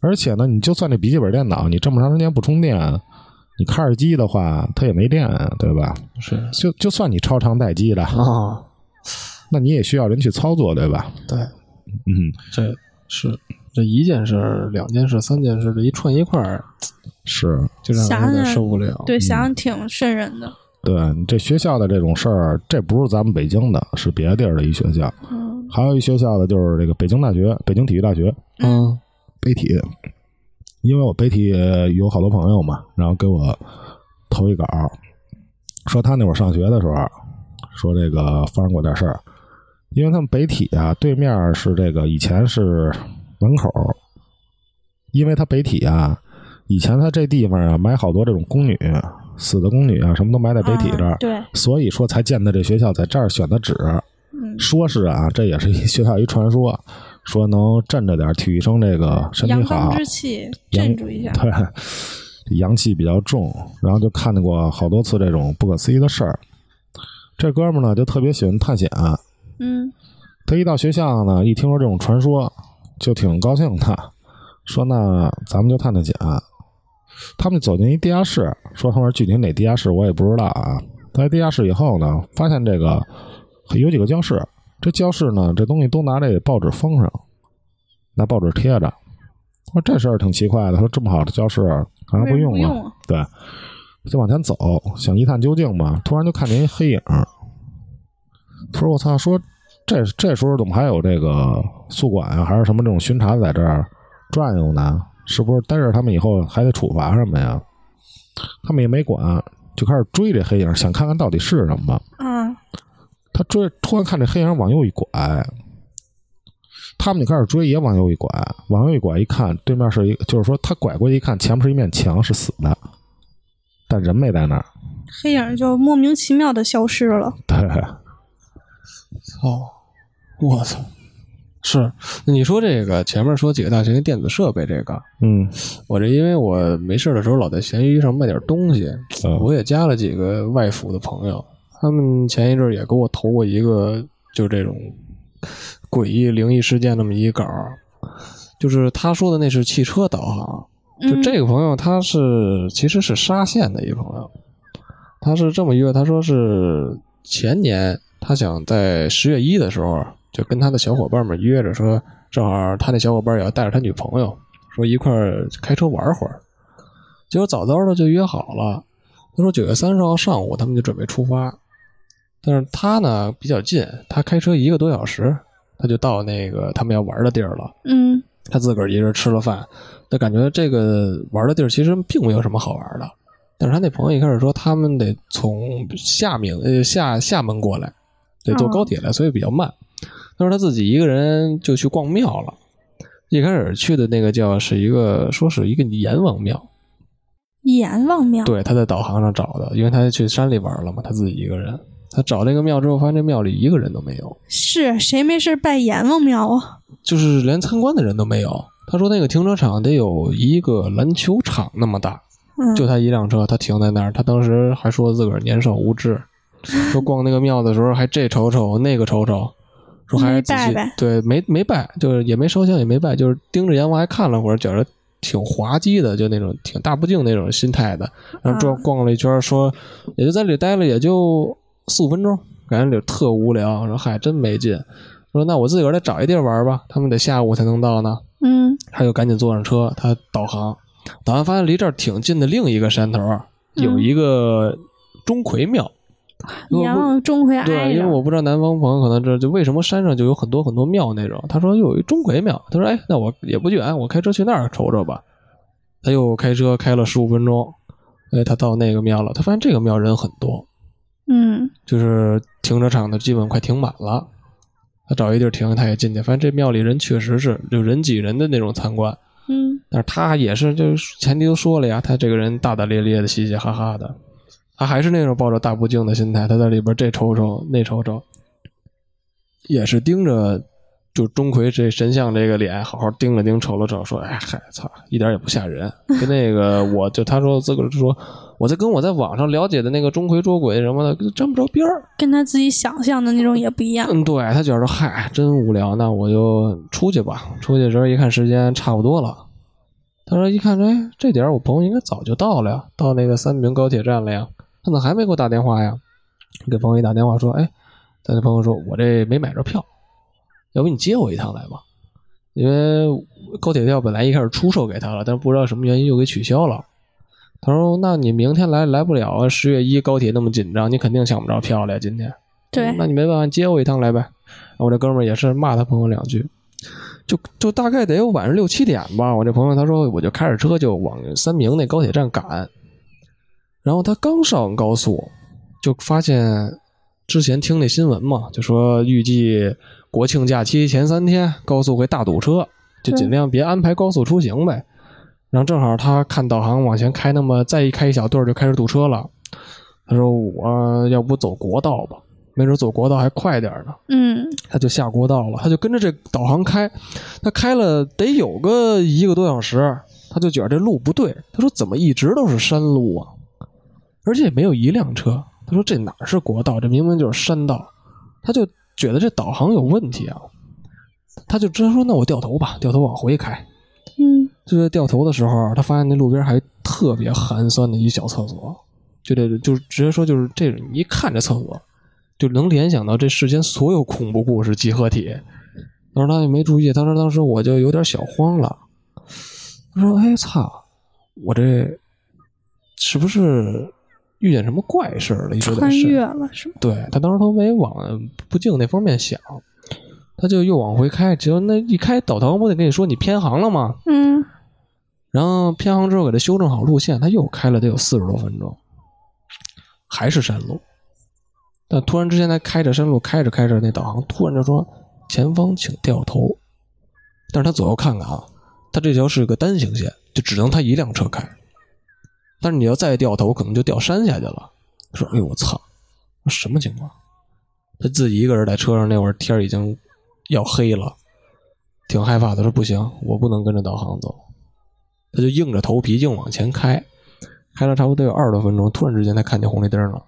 [SPEAKER 1] 而且呢，你就算这笔记本电脑你这么长时间不充电，你开着机的话它也没电啊，对吧？
[SPEAKER 2] 是
[SPEAKER 1] 就就算你超长待机的，
[SPEAKER 2] 啊，
[SPEAKER 1] 那你也需要人去操作，对吧？
[SPEAKER 2] 对，
[SPEAKER 1] 嗯，
[SPEAKER 2] 这是这一件事儿、两件事、三件事，这一串一块儿，
[SPEAKER 1] 是
[SPEAKER 2] 就让人有点受不了。
[SPEAKER 3] 对，想想挺瘆人的。
[SPEAKER 1] 对你这学校的这种事儿，这不是咱们北京的，是别的地儿的一学校。
[SPEAKER 3] 嗯
[SPEAKER 1] 还有一学校的就是这个北京大学，北京体育大学，
[SPEAKER 2] 嗯
[SPEAKER 1] 北体，因为我北体呃有好多朋友嘛，然后给我投一稿，说他那会儿上学的时候，说这个发生过点事儿，因为他们北体啊对面是这个以前是门口，因为他北体啊以前他这地方啊买好多这种宫女死的宫女啊什么都埋在北体这儿。
[SPEAKER 3] 啊对，
[SPEAKER 1] 所以说才建的这学校在这儿选的址，
[SPEAKER 3] 嗯，
[SPEAKER 1] 说是啊，这也是一学校一传说， 说能镇着点体育生这个身体
[SPEAKER 3] 阳
[SPEAKER 1] 好
[SPEAKER 3] 刚，之气
[SPEAKER 1] 阳
[SPEAKER 3] 镇住一下，
[SPEAKER 1] 对，阳气比较重，然后就看见过好多次这种不可思议的事儿。这哥们儿呢就特别喜欢探险，啊
[SPEAKER 3] 嗯
[SPEAKER 1] 他一到学校呢，一听说这种传说，就挺高兴的，说那咱们就探探险。啊他们走进一地下室，说他们是具体哪地下室我也不知道啊。在地下室以后呢，发现这个有几个教室，这教室呢，这东西都拿这报纸封上，拿报纸贴着。说这事儿挺奇怪的，说这么好的教室，干嘛
[SPEAKER 3] 为什
[SPEAKER 1] 不用
[SPEAKER 3] 么不
[SPEAKER 1] 了？
[SPEAKER 3] 用啊
[SPEAKER 1] 对，就往前走，想一探究竟嘛。突然就看见一黑影儿，他说：“我操！”说这这时候怎么还有这个宿管啊，还是什么这种巡查在这儿转悠呢？是不是逮着他们以后还得处罚什么呀？他们也没管，就开始追这黑影，想看看到底是什么。
[SPEAKER 3] 啊，
[SPEAKER 1] 他追，突然看这黑影往右一拐，他们就开始追，也往右一拐，往右一拐一看，对面是一个，就是说他拐过去一看，前面是一面墙，是死的，但人没在那儿。
[SPEAKER 3] 黑影就莫名其妙的消失了。
[SPEAKER 1] 对，
[SPEAKER 2] 操，我操，是你说这个前面说几个大学电子设备这个，
[SPEAKER 1] 嗯，
[SPEAKER 2] 我这因为我没事儿的时候老在闲鱼上卖点东西，
[SPEAKER 1] 嗯
[SPEAKER 2] 我也加了几个外服的朋友，他们前一阵儿也给我投过一个，就这种诡异灵异事件那么一稿儿，就是他说的那是汽车导航，就
[SPEAKER 3] 嗯
[SPEAKER 2] 这个朋友，他是其实是沙县的一个朋友，他是这么约，他说是前年他想在十月一的时候，就跟他的小伙伴们约着说，正好他那小伙伴也要带着他女朋友，说一块儿开车玩会儿。结果早早的就约好了，他说九月三十号上午他们就准备出发，但是他呢比较近，他开车一个多小时，他就到那个他们要玩的地儿了。
[SPEAKER 3] 嗯
[SPEAKER 2] 他自个儿一人吃了饭，他感觉这个玩的地儿其实并没有什么好玩的。但是他那朋友一开始说他们得从厦门呃厦厦门过来，得坐高铁来，所以比较慢。他说他自己一个人就去逛庙了，一开始去的那个叫是一个说是一个阎王庙，
[SPEAKER 3] 阎王庙，嗯
[SPEAKER 2] 对，他在导航上找的，因为他去山里玩了嘛，他自己一个人。他找这个庙之后，发现这庙里一个人都没有，
[SPEAKER 3] 是谁没事拜阎王庙啊？
[SPEAKER 2] 就是连参观的人都没有。他说那个停车场得有一个篮球场那么大，
[SPEAKER 3] 嗯，
[SPEAKER 2] 就他一辆车，他停在那儿。他当时还说自个儿年少无 知，说逛那个庙的时候还这瞅瞅那个瞅瞅，说还是仔细
[SPEAKER 3] 没拜呗
[SPEAKER 2] 对没没拜，就是也没烧香也没拜，就是盯着阎王还看了会儿，觉得挺滑稽的，就那种挺大不敬那种心态的。然后
[SPEAKER 3] 嗯
[SPEAKER 2] 转逛了一圈儿，说也就在这里待了也就四五分钟，感觉里特无聊。然后嗨，真没劲。说那我自个儿再找一地儿玩儿吧，他们得下午才能到呢。
[SPEAKER 3] 嗯
[SPEAKER 2] 他就赶紧坐上车，他导航，导航发现离这儿挺近的另一个山头儿
[SPEAKER 3] 嗯
[SPEAKER 2] 有一个钟馗庙。因为
[SPEAKER 3] 阎
[SPEAKER 2] 我
[SPEAKER 3] 王钟馗挨
[SPEAKER 2] 对，啊因为
[SPEAKER 3] 着，
[SPEAKER 2] 我不知道南方朋友可能知道，就为什么山上就有很多很多庙那种。他说又有一钟馗庙，他说哎，那我也不远，我开车去那儿瞅瞅吧。他又开车开了十五分钟，哎，他到那个庙了，他发现这个庙人很多，
[SPEAKER 3] 嗯
[SPEAKER 2] 就是停车场的基本快停满了。他找一地儿停，他也进去，发现这庙里人确实是就人挤人的那种参观。
[SPEAKER 3] 嗯
[SPEAKER 2] 但是他也是，就是前提都说了呀，他这个人大大咧咧的、嘻嘻哈哈的，他还是那种抱着大不敬的心态，他在里边这瞅瞅那瞅瞅，也是盯着就钟馗这神像这个脸，好好盯了盯、瞅了瞅，说：“哎嗨，操，一点也不吓人。”跟那个我就他说自个儿就说，我在跟我在网上了解的那个钟馗捉鬼什么的就沾不着边儿。
[SPEAKER 3] 跟他自己想象的那种也不一样。
[SPEAKER 2] 嗯，对他觉得嗨，真无聊，那我就出去吧。出去时候一看时间差不多了，他说一看，哎，这点儿我朋友应该早就到了呀，到那个三明高铁站了呀，他怎么还没给我打电话呀？给朋友一打电话说，哎，他的朋友说我这没买着票，要不你接我一趟来吧？因为高铁票本来一开始出售给他了，但是不知道什么原因又给取消了。他说：“那你明天来来不了啊？十月一高铁那么紧张，你肯定抢不着票了呀。今天，
[SPEAKER 3] 对，
[SPEAKER 2] 嗯那你没办法，接我一趟来呗。然后我这哥们儿也是骂他朋友两句，就就大概得有晚上六七点吧。我这朋友他说，我就开着车就往呃三明那高铁站赶，然后他刚上高速，就发现之前听那新闻嘛，就说预计国庆假期前三天高速会大堵车，就尽量别安排高速出行呗。然后正好他看导航往前开，那么再一开一小段儿就开始堵车了。他说：“我呃要不走国道吧，没准走国道还快点儿呢。”
[SPEAKER 3] 嗯
[SPEAKER 2] 他就下国道了，他就跟着这导航开，他开了得有个一个多小时，他就觉得这路不对，他说怎么一直都是山路啊，而且也没有一辆车，他说这哪是国道，这明明就是山道，他就觉得这导航有问题啊，他就直接说那我掉头吧，掉头往回开，
[SPEAKER 3] 嗯，
[SPEAKER 2] 就在掉头的时候，他发现那路边还特别寒酸的一小厕所，就这就是直接说就是这种，你一看这厕所，就能联想到这世间所有恐怖故事集合体。当时他也没注意，当时当时我就有点小慌了，他说：“哎操，我这是不是遇见什么怪事儿了？一直在
[SPEAKER 3] 穿
[SPEAKER 2] 身
[SPEAKER 3] 越了是吗？
[SPEAKER 2] 对他当时都没往不敬那方面想，他就又往回开，结果那一开导航不得跟你说你偏航了吗？
[SPEAKER 3] 嗯
[SPEAKER 2] 然后偏航之后给他修正好路线，他又开了得有四十多分钟，还是山路。但突然之间，他开着山路，开着开着，那导航突然就说：“前方请掉头。”但是他左右看看啊，他这条是个单行线，就只能他一辆车开。但是你要再掉头，可能就掉山下去了。他说：“哎呦，我操，什么情况？”他自己一个人在车上，那会儿天儿已经要黑了，挺害怕的。说：“不行，我不能跟着导航走。”他就硬着头皮硬往前开，开了差不多得有二十多分钟，突然之间他看见红绿灯了，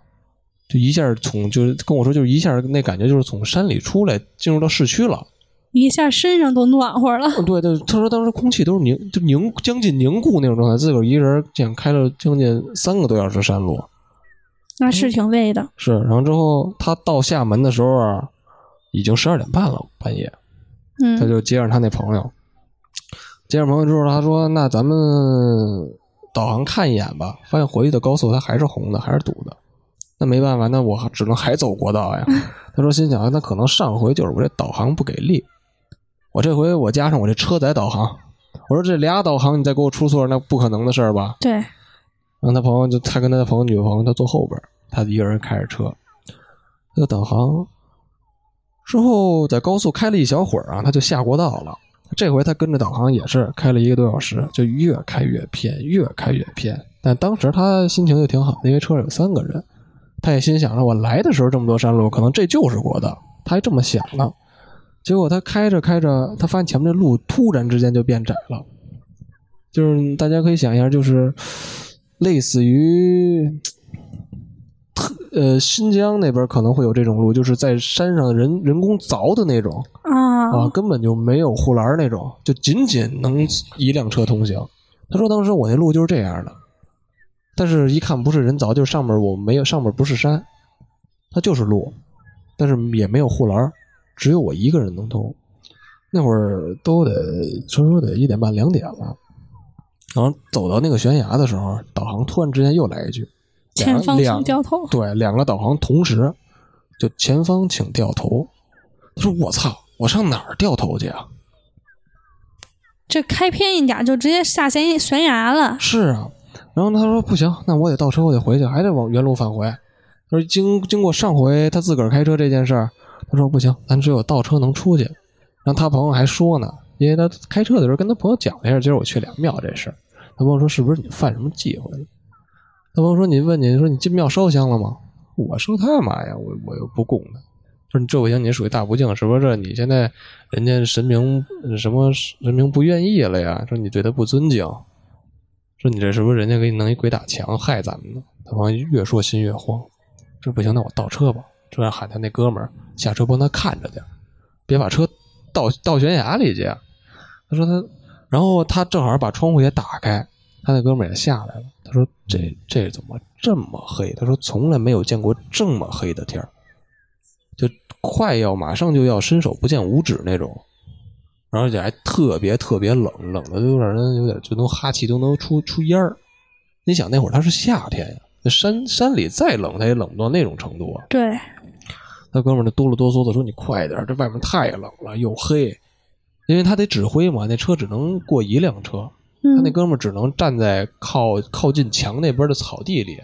[SPEAKER 2] 就一下从就是跟我说就是一下那感觉就是从山里出来进入到市区了。
[SPEAKER 3] 一下身上都暖和了。
[SPEAKER 2] 嗯对对，他说当时空气都是凝就凝将近凝固那种状态，自个儿一人这样开了将近三个多小时山路。
[SPEAKER 3] 那是挺累的。
[SPEAKER 2] 是，然后之后他到厦门的时候啊已经十二点半了，半夜。他
[SPEAKER 3] 嗯
[SPEAKER 2] 就接上他那朋友，接上朋友之后，他说：“那咱们导航看一眼吧。”发现回去的高速它还是红的，还是堵的。那没办法，那我还只能还走国道呀。 他说：“心想，那可能上回就是我这导航不给力，我这回我加上我这车载导航。我说这俩导航你再给我出错，那不可能的事儿吧？
[SPEAKER 3] 对，
[SPEAKER 2] 然后他朋友就他跟他的朋友女朋友，他坐后边儿，他一个人开着车，这个导航之后在高速开了一小会儿啊，他就下国道了。这回他跟着导航也是开了一个多小时，就越开越偏，越开越偏。但当时他心情就挺好的，因为车上有三个人，他也心想着我来的时候这么多山路，可能这就是国道，他还这么想呢。结果他开着开着，他发现前面这路突然之间就变窄了，就是大家可以想一下，就是类似于特呃新疆那边可能会有这种路，就是在山上人人工凿的那种
[SPEAKER 3] 啊
[SPEAKER 2] 啊，根本就没有护栏儿那种，就仅仅能一辆车通行。他说当时我那路就是这样的，但是一看不是人凿，就是上面我没有上面不是山，它就是路，但是也没有护栏儿，只有我一个人能通。那会儿都得说说得一点半两点了，然后走到那个悬崖的时候，导航突然之间又来一句：“两
[SPEAKER 3] 前方
[SPEAKER 2] 两
[SPEAKER 3] 请掉头
[SPEAKER 2] 对，两个导航同时就前方请掉头。他说：“我操，我上哪儿掉头去啊？”
[SPEAKER 3] 这开偏一点就直接下悬悬崖了，
[SPEAKER 2] 是啊，然后他说不行，那我得倒车，我得回去，还得往原路返回。他说经经过上回他自个儿开车这件事儿，他说不行，咱只有倒车能出去。然后他朋友还说呢，因为他开车的时候跟他朋友讲了一下，今儿我去两庙这事儿。他朋友说是不是你犯什么忌讳了？他朋友说你问你说你进庙烧香了吗？我烧他妈呀，我我又不供他。说你这不行，你属于大不敬，是不是？这你现在人家神明呃什么神明不愿意了呀？说你对他不尊敬，说你这是不是人家给你弄一鬼打墙害咱们呢？他朋友越说心越慌，这不行，那我倒车吧。这样喊他那哥们儿下车帮他看着点儿，别把车倒倒悬崖里去啊。他说他，然后他正好把窗户也打开，他那哥们儿也下来了。他说这这怎么这么黑？他说从来没有见过这么黑的天儿，就快要马上就要伸手不见五指那种。然后而且还特别特别冷，冷的就让人有点就能哈气都能出出烟儿。你想那会儿它是夏天呀，那山山里再冷，它也冷不到那种程度啊。
[SPEAKER 3] 对，
[SPEAKER 2] 那哥们儿就哆了哆嗦的说：“你快点儿，这外面太冷了，又黑。”因为他得指挥嘛，那车只能过一辆车，他那
[SPEAKER 3] 嗯，
[SPEAKER 2] 哥们儿只能站在靠靠近墙那边的草地里，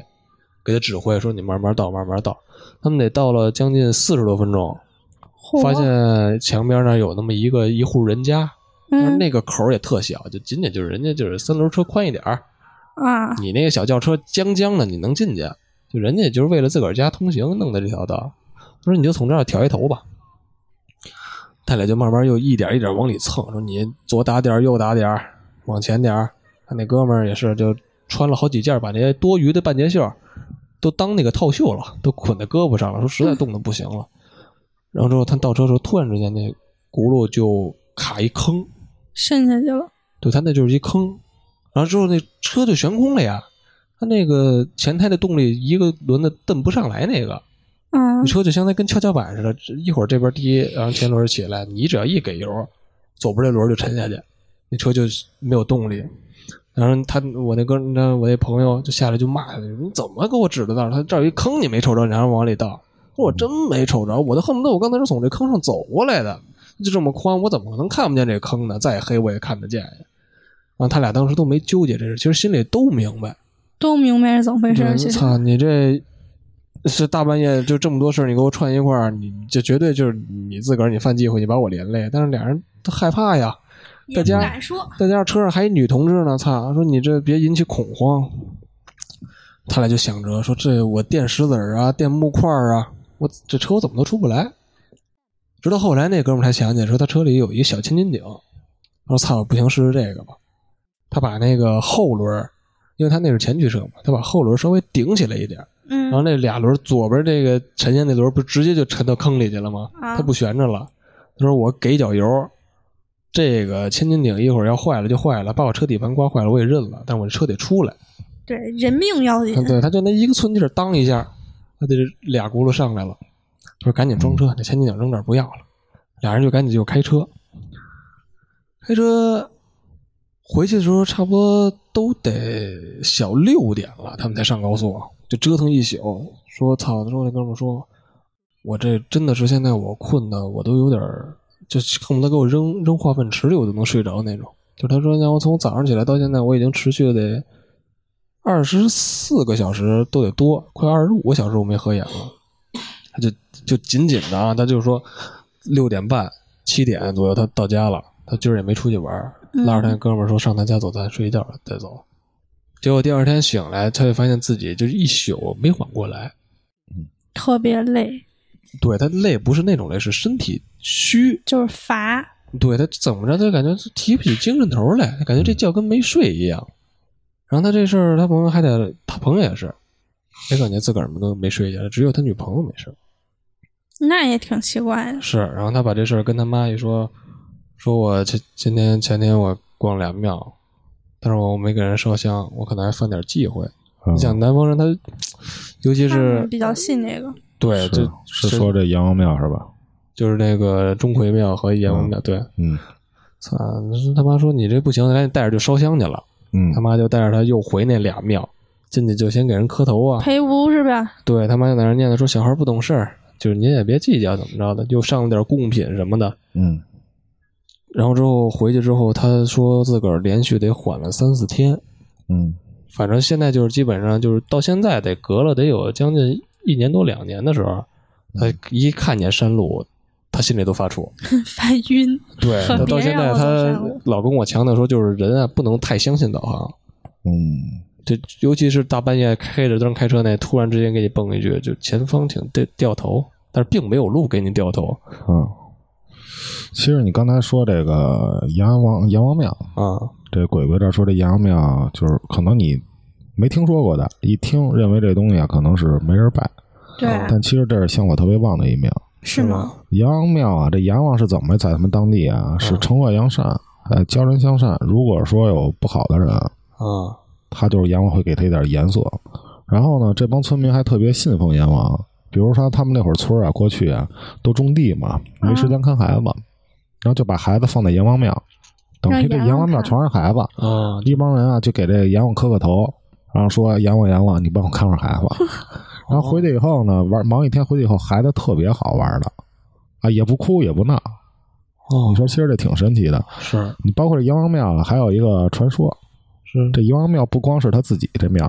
[SPEAKER 2] 给他指挥说：“你慢慢倒，慢慢倒。”他们得到了将近四十多分钟，
[SPEAKER 3] 嚯
[SPEAKER 2] 发现墙边那儿有那么一个一户人家，但是
[SPEAKER 3] 嗯
[SPEAKER 2] 那个口儿也特小，就仅仅就是人家就是三轮车宽一点儿，
[SPEAKER 3] 啊，
[SPEAKER 2] 你那个小轿车将将的，你能进去，就人家也就是为了自个儿家通行弄的这条道。他说你就从这儿挑一头吧。他俩就慢慢又一点一点往里蹭，说你左打点儿右打点儿往前点儿他那哥们儿也是就穿了好几件，把那些多余的半截袖儿都当那个套袖了，都捆在胳膊上了，说实在冻得不行了。然后之后他倒车的时候，突然之间那轱辘就卡一坑，
[SPEAKER 3] 渗下去了，
[SPEAKER 2] 对，它那就是一坑，然后之后那车就悬空了呀，它那个前胎的动力一个轮子蹬不上来，那个
[SPEAKER 3] 嗯
[SPEAKER 2] 你，车就相当于跟跷跷板似的，一会儿这边低，然后前轮起来，你只要一给油，左边这轮就沉下去，那车就没有动力。然后他我那哥，那我那朋友就下来就骂他，你怎么给我指的道？他这儿有一坑，你没瞅着，你还让我往里倒？我真没瞅着，我都恨不得我刚才是从这坑上走过来的，就这么宽，我怎么可能看不见这坑呢？再黑我也看得见呀。然后他俩当时都没纠结这事，其实心里都明白，
[SPEAKER 3] 都明白是怎么回事
[SPEAKER 2] 对
[SPEAKER 3] 儿。其
[SPEAKER 2] 你
[SPEAKER 3] 实
[SPEAKER 2] 操，你这是大半夜就这么多事儿，你给我串一块儿，你这绝对就是你自个儿你犯忌讳，你把我连累。但是俩人都害怕呀，
[SPEAKER 3] 也
[SPEAKER 2] 再
[SPEAKER 3] 不
[SPEAKER 2] 加
[SPEAKER 3] 敢说，
[SPEAKER 2] 再加上车上还一女同志呢，操，说你这别引起恐慌。他俩就想着说，这我垫石子儿啊，垫木块儿啊，我这车我怎么都出不来。直到后来那哥们儿才想起来，说他车里有一个小千斤顶，他说操，不行，试试这个吧。他把那个后轮儿，因为他那是前驱车嘛，他把后轮儿稍微顶起来一点儿，
[SPEAKER 3] 嗯
[SPEAKER 2] 然后那俩轮儿左边这个沉下那轮儿不直接就沉到坑里去了吗？
[SPEAKER 3] 啊
[SPEAKER 2] 它不悬着了。他说我给一脚油，这个千斤顶一会儿要坏了就坏了，把我车底盘刮坏了我也认了，但我这车得出来。
[SPEAKER 3] 对，人命要紧
[SPEAKER 2] 啊，对，他就那一个寸劲儿当一下，他这俩轱辘上来了，他说赶紧装车，这千斤顶扔这儿不要了。俩人就赶紧就开车，开车回去的时候差不多都得小六点了，他们才上高速，啊就折腾一宿。说操，他说那哥们儿说，我这真的是现在我困的，我都有点儿就恨不得给我扔扔化粪池里，我都能睡着那种。就他说让我从早上起来到现在，我已经持续得二十四个小时都得多，快二十五个小时我没合眼了。他就就紧紧的啊，他就说六点半、七点左右他到家了，他今儿也没出去玩儿，
[SPEAKER 3] 嗯
[SPEAKER 2] 拉着他那哥们儿说上他家走，咱睡一觉再走。结果第二天醒来，他就发现自己就一宿没缓过来，
[SPEAKER 3] 特别累，
[SPEAKER 2] 对他累不是那种累，是身体虚。
[SPEAKER 3] 就是乏。
[SPEAKER 2] 对他怎么着，他感觉提不起精神头来，感
[SPEAKER 1] 嗯
[SPEAKER 2] 觉这觉跟没睡一样。然后他这事儿，他朋友还得，他朋友也是，也感觉自个儿都没睡一觉，只有他女朋友没事儿。
[SPEAKER 3] 那也挺奇怪的，
[SPEAKER 2] 是，然后他把这事儿跟他妈一说，说我前今天前天我逛俩庙，但是我没给人烧香，我可能还犯点忌讳。
[SPEAKER 1] 嗯
[SPEAKER 2] 你想南方人他，尤其
[SPEAKER 3] 他们
[SPEAKER 2] 是啊
[SPEAKER 3] 比较信这个。
[SPEAKER 2] 对，就是
[SPEAKER 1] 是说这阳王庙是吧？
[SPEAKER 2] 就是那个钟馗庙和阎王庙，对，
[SPEAKER 1] 嗯
[SPEAKER 2] 操，他妈说你这不行，赶紧带着就烧香去了。
[SPEAKER 1] 嗯
[SPEAKER 2] 他妈就带着他又回那俩庙，进去就先给人磕头啊。
[SPEAKER 3] 陪吴是吧？
[SPEAKER 2] 对他妈就在那儿念叨说小孩不懂事儿，就是您也别计较怎么着的，又上了点贡品什么的。
[SPEAKER 1] 嗯
[SPEAKER 2] 然后之后回去之后，他说自个儿连续得缓了三四天，
[SPEAKER 1] 嗯
[SPEAKER 2] 反正现在就是基本上就是到现在得隔了得有将近一年多两年的时候，他一看见山路，他心里都发怵。
[SPEAKER 3] 烦晕。
[SPEAKER 2] 对，
[SPEAKER 3] 别
[SPEAKER 2] 她到现
[SPEAKER 3] 让
[SPEAKER 2] 在
[SPEAKER 3] 我走
[SPEAKER 2] 她
[SPEAKER 3] 山路
[SPEAKER 2] 老跟我强调说，就是人啊不能太相信导航，
[SPEAKER 1] 嗯，
[SPEAKER 2] 这尤其是大半夜开着灯开车那，突然之间给你蹦一句，就前方请掉掉头，但是并没有路给你掉头
[SPEAKER 1] 啊。其实你刚才说这个阳王阳王庙，
[SPEAKER 2] 啊，
[SPEAKER 1] 这鬼鬼这儿说这阳王庙，就是可能你没听说过的，一听认为这东西啊可能是没人拜，啊
[SPEAKER 3] 对，
[SPEAKER 1] 但其实这是香火特别旺的一庙。
[SPEAKER 3] 是吗？
[SPEAKER 1] 阳王庙啊，这阳王是怎么在他们当地啊
[SPEAKER 3] 嗯
[SPEAKER 1] 是惩恶扬善，呃，教人向善。如果说有不好的人啊，
[SPEAKER 2] 啊
[SPEAKER 1] 他就是阎王会给他一点颜色。然后呢，这帮村民还特别信奉阎王，比如说他们那会儿村儿啊，过去啊都种地嘛，没
[SPEAKER 3] 嗯
[SPEAKER 1] 时间看孩子，然后就把孩子放在阎王庙，等于这
[SPEAKER 3] 让阎王
[SPEAKER 1] 阎王庙
[SPEAKER 3] 看
[SPEAKER 1] 全是孩子，
[SPEAKER 2] 啊，
[SPEAKER 1] 一帮人啊就给这阎王磕个头，然后说阎王阎王，你帮我看会儿孩子。然后回去以后呢，玩忙一天回去以后，孩子特别好玩的，啊，也不哭也不闹。
[SPEAKER 2] 哦
[SPEAKER 1] 你说其实这挺神奇的。
[SPEAKER 2] 是
[SPEAKER 1] 你包括这阎王庙啊，还有一个传说，
[SPEAKER 2] 是
[SPEAKER 1] 这阎王庙不光是他自己这庙，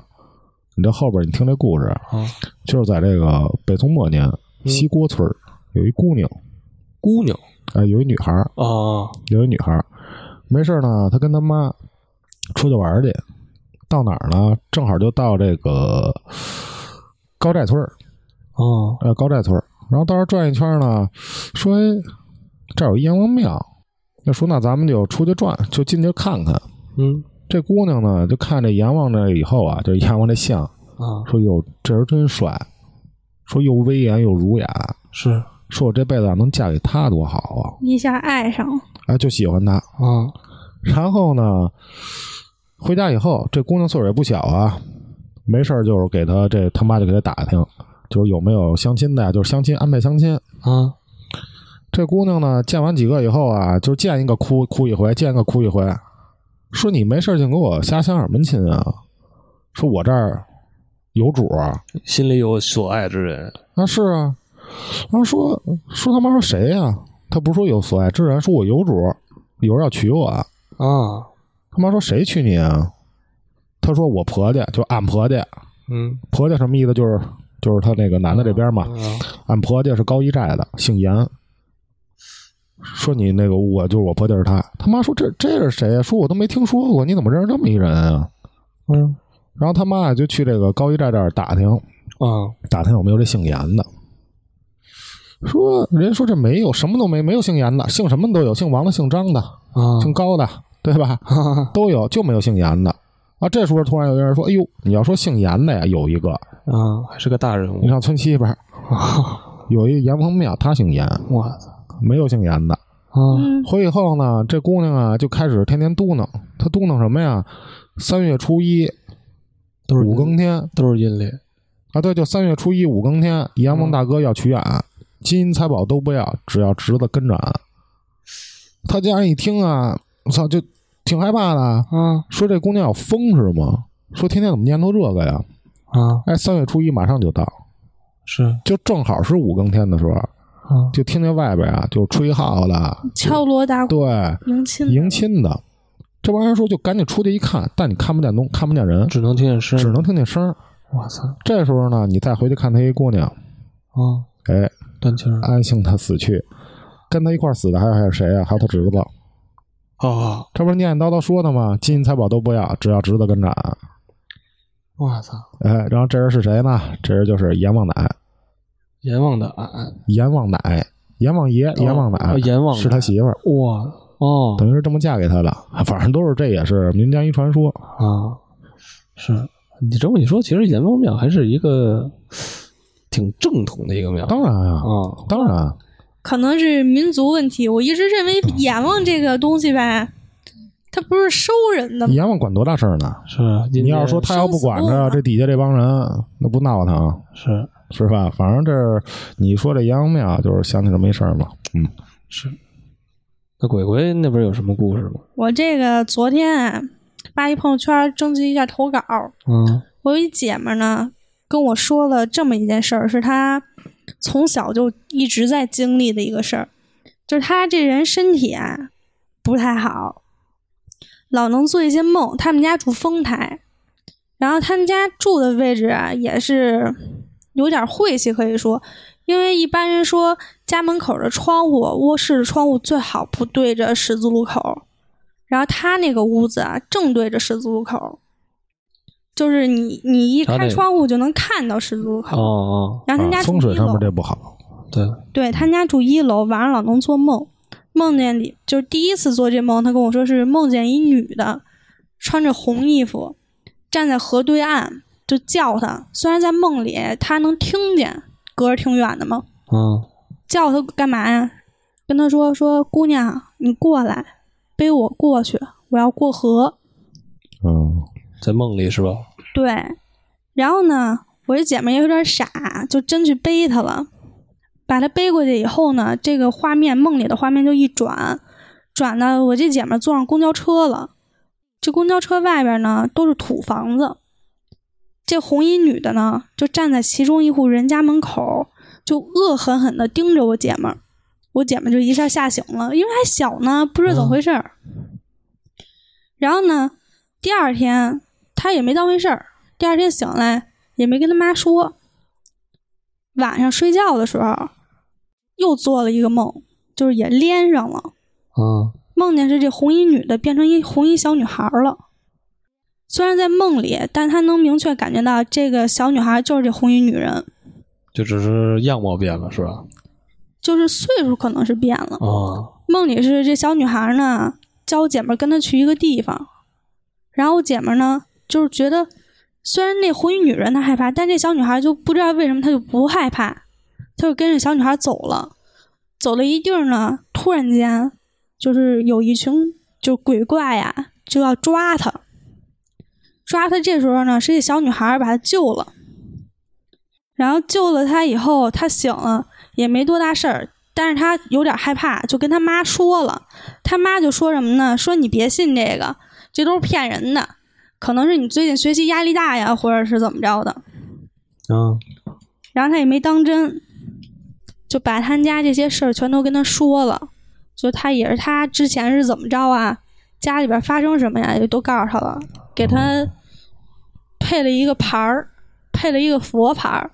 [SPEAKER 1] 你这后边你听这故事，
[SPEAKER 2] 啊，
[SPEAKER 1] 就是在这个北宋末年西郭村儿有一姑娘，
[SPEAKER 2] 姑娘
[SPEAKER 1] 啊、有一女孩儿，
[SPEAKER 2] 啊
[SPEAKER 1] 有一女孩儿，没事儿呢，她跟她妈出去玩儿去，到哪儿呢？正好就到这个高寨村儿，
[SPEAKER 2] 啊
[SPEAKER 1] 呃，高寨村儿，然后到这儿转一圈儿呢，说哎，这儿有一阎王庙，那说那咱们就出去转，就进去看看。
[SPEAKER 2] 嗯
[SPEAKER 1] 这姑娘呢，就看这阎王这以后啊，这阎王这像，
[SPEAKER 2] 啊
[SPEAKER 1] 说哟，这人真帅，说又威严又儒雅，
[SPEAKER 2] 是
[SPEAKER 1] 说我这辈子要啊能嫁给他多好啊！
[SPEAKER 3] 一下爱上了，
[SPEAKER 1] 哎，就喜欢他。
[SPEAKER 2] 啊
[SPEAKER 1] 然后呢，回家以后，这姑娘岁数也不小啊，没事儿就是给她这他妈就给她打听，就是有没有相亲的呀，就是相亲安排相亲。
[SPEAKER 2] 啊
[SPEAKER 1] 这姑娘呢，见完几个以后啊，就是见一个哭哭一回，见一个哭一回，说你没事儿净给我瞎相什么亲啊？说我这儿有主啊，
[SPEAKER 2] 心里有所爱之人
[SPEAKER 1] 啊，是啊，然后说说他妈说谁呀、他不是说有所爱之人，说我有主，有人要娶我。
[SPEAKER 2] 啊
[SPEAKER 1] 他妈说谁娶你啊？他说我婆家，就俺婆家。
[SPEAKER 2] 嗯
[SPEAKER 1] 婆家什么意思？就是就是他那个男的这边嘛，俺婆家是高一寨的，姓严。说你那个我就是我婆家是他。他妈说这这是谁呀、啊说我都没听说过，你怎么认识这么一人啊？
[SPEAKER 2] 嗯
[SPEAKER 1] 然后他妈就去这个高一寨这儿打听，
[SPEAKER 2] 啊
[SPEAKER 1] 打听有没有这姓严的。说人家说这没有，什么都没，没有姓严的，姓什么都有，姓王的、姓张的、
[SPEAKER 2] 啊
[SPEAKER 1] 姓高的，对吧？ 都有，就没有姓严的。啊，这时候突然有一个人说：“哎呦，你要说姓严的呀，有一个，
[SPEAKER 2] 啊，还是个大人
[SPEAKER 1] 你
[SPEAKER 2] 物，
[SPEAKER 1] 上村西边儿有一阎王庙，他姓严，
[SPEAKER 2] 我操
[SPEAKER 1] 没有姓严的。
[SPEAKER 2] 啊
[SPEAKER 3] 嗯，
[SPEAKER 1] 回以后呢，这姑娘啊就开始天天嘟囔，她嘟囔什么呀？三月初一
[SPEAKER 2] 都是
[SPEAKER 1] 五更天
[SPEAKER 2] 都是阴历
[SPEAKER 1] 啊，对，就三月初一五更天，阎
[SPEAKER 2] 嗯
[SPEAKER 1] 王大哥要娶俺，金银财宝都不要，只要侄子跟着俺。他家人一听啊，我操，就挺害怕的，
[SPEAKER 2] 啊
[SPEAKER 1] 说这姑娘有疯是吗？说天天怎么念叨这个呀？
[SPEAKER 2] 啊
[SPEAKER 1] 哎，三月初一马上就到，
[SPEAKER 2] 是
[SPEAKER 1] 就正好是五更天的时候，
[SPEAKER 2] 啊
[SPEAKER 1] 就听见外边啊，就吹号的，
[SPEAKER 3] 敲锣打鼓
[SPEAKER 1] 对，
[SPEAKER 3] 迎亲，
[SPEAKER 1] 迎亲的。这帮人说就赶紧出去一看，但你看不见东，看不见人，
[SPEAKER 2] 只能听见声，啊
[SPEAKER 1] 只能听见声儿。
[SPEAKER 2] 我操
[SPEAKER 1] 这时候呢，你再回去看她一姑娘，
[SPEAKER 2] 啊，
[SPEAKER 1] 哎，
[SPEAKER 2] 断气儿
[SPEAKER 1] 安幸她死去，跟她一块儿死的还有还有谁啊？还有她侄子，
[SPEAKER 2] 啊！
[SPEAKER 1] 这不是念念叨叨说的吗？金银财宝都不要，只要侄子跟着啊俺。
[SPEAKER 2] 我操
[SPEAKER 1] 哎，然后这人是谁呢？这人就是阎王奶。
[SPEAKER 2] 阎王的俺，
[SPEAKER 1] 阎王奶，阎王爷，阎王奶，
[SPEAKER 2] 哦阎王奶
[SPEAKER 1] 是他媳妇儿，
[SPEAKER 2] 哇哦
[SPEAKER 1] 等于是这么嫁给他的。反正都是这也是民间一传说，
[SPEAKER 2] 啊，是你这么一说，其实阎王庙还是一个挺正统的一个庙
[SPEAKER 1] 当然啊，
[SPEAKER 3] 哦
[SPEAKER 2] 啊，
[SPEAKER 1] 当然
[SPEAKER 3] 可能是民族问题。我一直认为阎王这个东西吧，它不是收人的吗？
[SPEAKER 1] 阎王管多大事儿呢？
[SPEAKER 2] 是啊
[SPEAKER 1] 你要是说他要不管着，
[SPEAKER 3] 生死簿嘛
[SPEAKER 1] 这底下这帮人那不闹腾
[SPEAKER 2] 是
[SPEAKER 1] 是吧？反正这儿你说这阎王庙就是想起这么一事儿嘛。嗯，
[SPEAKER 2] 是，那鬼鬼那边有什么故事吗？
[SPEAKER 3] 我这个昨天啊，发一朋友圈征集一下投稿，
[SPEAKER 2] 嗯
[SPEAKER 3] 我有一姐们儿呢跟我说了这么一件事儿，是她从小就一直在经历的一个事儿，就是她这人身体啊不太好，老能做一些梦。他们家住丰台，然后他们家住的位置啊也是有点晦气，可以说，因为一般人说家门口的窗户、卧室的窗户最好不对着十字路口，然后他那个屋子啊正对着十字路口，就是你你一
[SPEAKER 2] 他那
[SPEAKER 3] 开
[SPEAKER 2] 个
[SPEAKER 3] 窗户就能看到十字路
[SPEAKER 2] 哦
[SPEAKER 3] 口。
[SPEAKER 2] 哦，
[SPEAKER 3] 然后他们家
[SPEAKER 1] 啊、
[SPEAKER 3] 住
[SPEAKER 1] 风水
[SPEAKER 3] 一
[SPEAKER 1] 上面
[SPEAKER 3] 楼
[SPEAKER 1] 这不好，
[SPEAKER 2] 对，
[SPEAKER 3] 对他们家住一楼，晚上老能做梦，梦见里就是第一次做这梦，他跟我说是梦见一女的穿着红衣服站在河对岸，就叫他。虽然在梦里他能听见，隔着挺远的嘛，
[SPEAKER 2] 嗯
[SPEAKER 3] 叫他干嘛呀？跟他说说姑娘，你过来，背我过去，我要过河。
[SPEAKER 1] 嗯，
[SPEAKER 2] 在梦里是吧？
[SPEAKER 3] 对，然后呢，我这姐们儿也有点傻，就真去背她了。把她背过去以后呢，这个画面梦里的画面就一转，转到我这姐们儿坐上公交车了。这公交车外边呢都是土房子，这红衣女的呢就站在其中一户人家门口，就恶狠狠地盯着我姐们儿。我姐们儿就一下吓醒了，因为还小呢，不知道怎么回事儿。然后呢，第二天她也没当回事儿，第二天醒来也没跟她妈说。晚上睡觉的时候，又做了一个梦，就是也连上了，
[SPEAKER 2] 嗯
[SPEAKER 3] 梦见是这红衣女的变成一红衣小女孩儿了。虽然在梦里，但她能明确感觉到这个小女孩就是这红衣女人，
[SPEAKER 2] 就只是样貌变了是吧？
[SPEAKER 3] 就是岁数可能是变了。
[SPEAKER 2] 啊，
[SPEAKER 3] 梦里是这小女孩呢，叫我姐们儿跟她去一个地方，然后我姐们儿呢，就是觉得虽然那红衣女人她害怕，但这小女孩就不知道为什么她就不害怕，她就跟着小女孩走了，走了一地儿呢，突然间就是有一群就鬼怪呀，就要抓她，抓她这时候呢，是这小女孩把她救了。然后救了她以后，她醒了，也没多大事儿，但是她有点害怕，就跟她妈说了。她妈就说什么呢？说你别信这个，这都是骗人的，可能是你最近学习压力大呀，或者是怎么着的。
[SPEAKER 2] 嗯
[SPEAKER 3] 然后她也没当真，就把他们家这些事儿全都跟她说了。就她也是她之前是怎么着啊，家里边发生什么呀，也都告诉她了，给她配了一个牌儿，配了一个佛牌儿，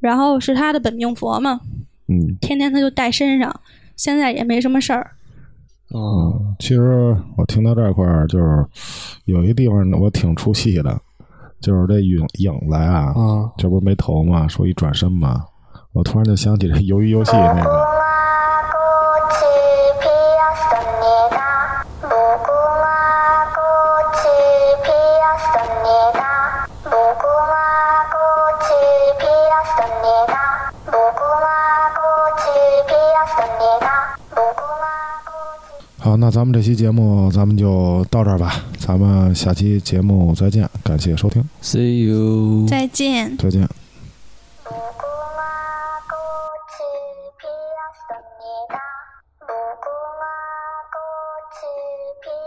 [SPEAKER 3] 然后是她的本命佛嘛。
[SPEAKER 1] 嗯
[SPEAKER 3] 天天他就带身上，现在也没什么事儿。
[SPEAKER 2] 嗯
[SPEAKER 1] 嗯，其实我听到这块儿就是有一地方我挺出戏的，就是这影影子啊，
[SPEAKER 2] 啊
[SPEAKER 1] 这不是没头嘛，说一转身嘛，我突然就想起这鱿鱼游戏那个，
[SPEAKER 4] 무궁화 꽃이 피었습니다. 무궁화 꽃이 피었습니다. 무궁화 꽃이 피었습니다. 무궁화 꽃이 피었습니다. 무궁화 꽃이
[SPEAKER 1] 好，那咱们这期节目咱们就到这儿吧，咱们下期节目再见，感谢收听，
[SPEAKER 2] ，See you，
[SPEAKER 3] 再见。
[SPEAKER 1] 再见。
[SPEAKER 4] 무궁화 꽃이 피었습니다. 무궁화 꽃이 피었습니다.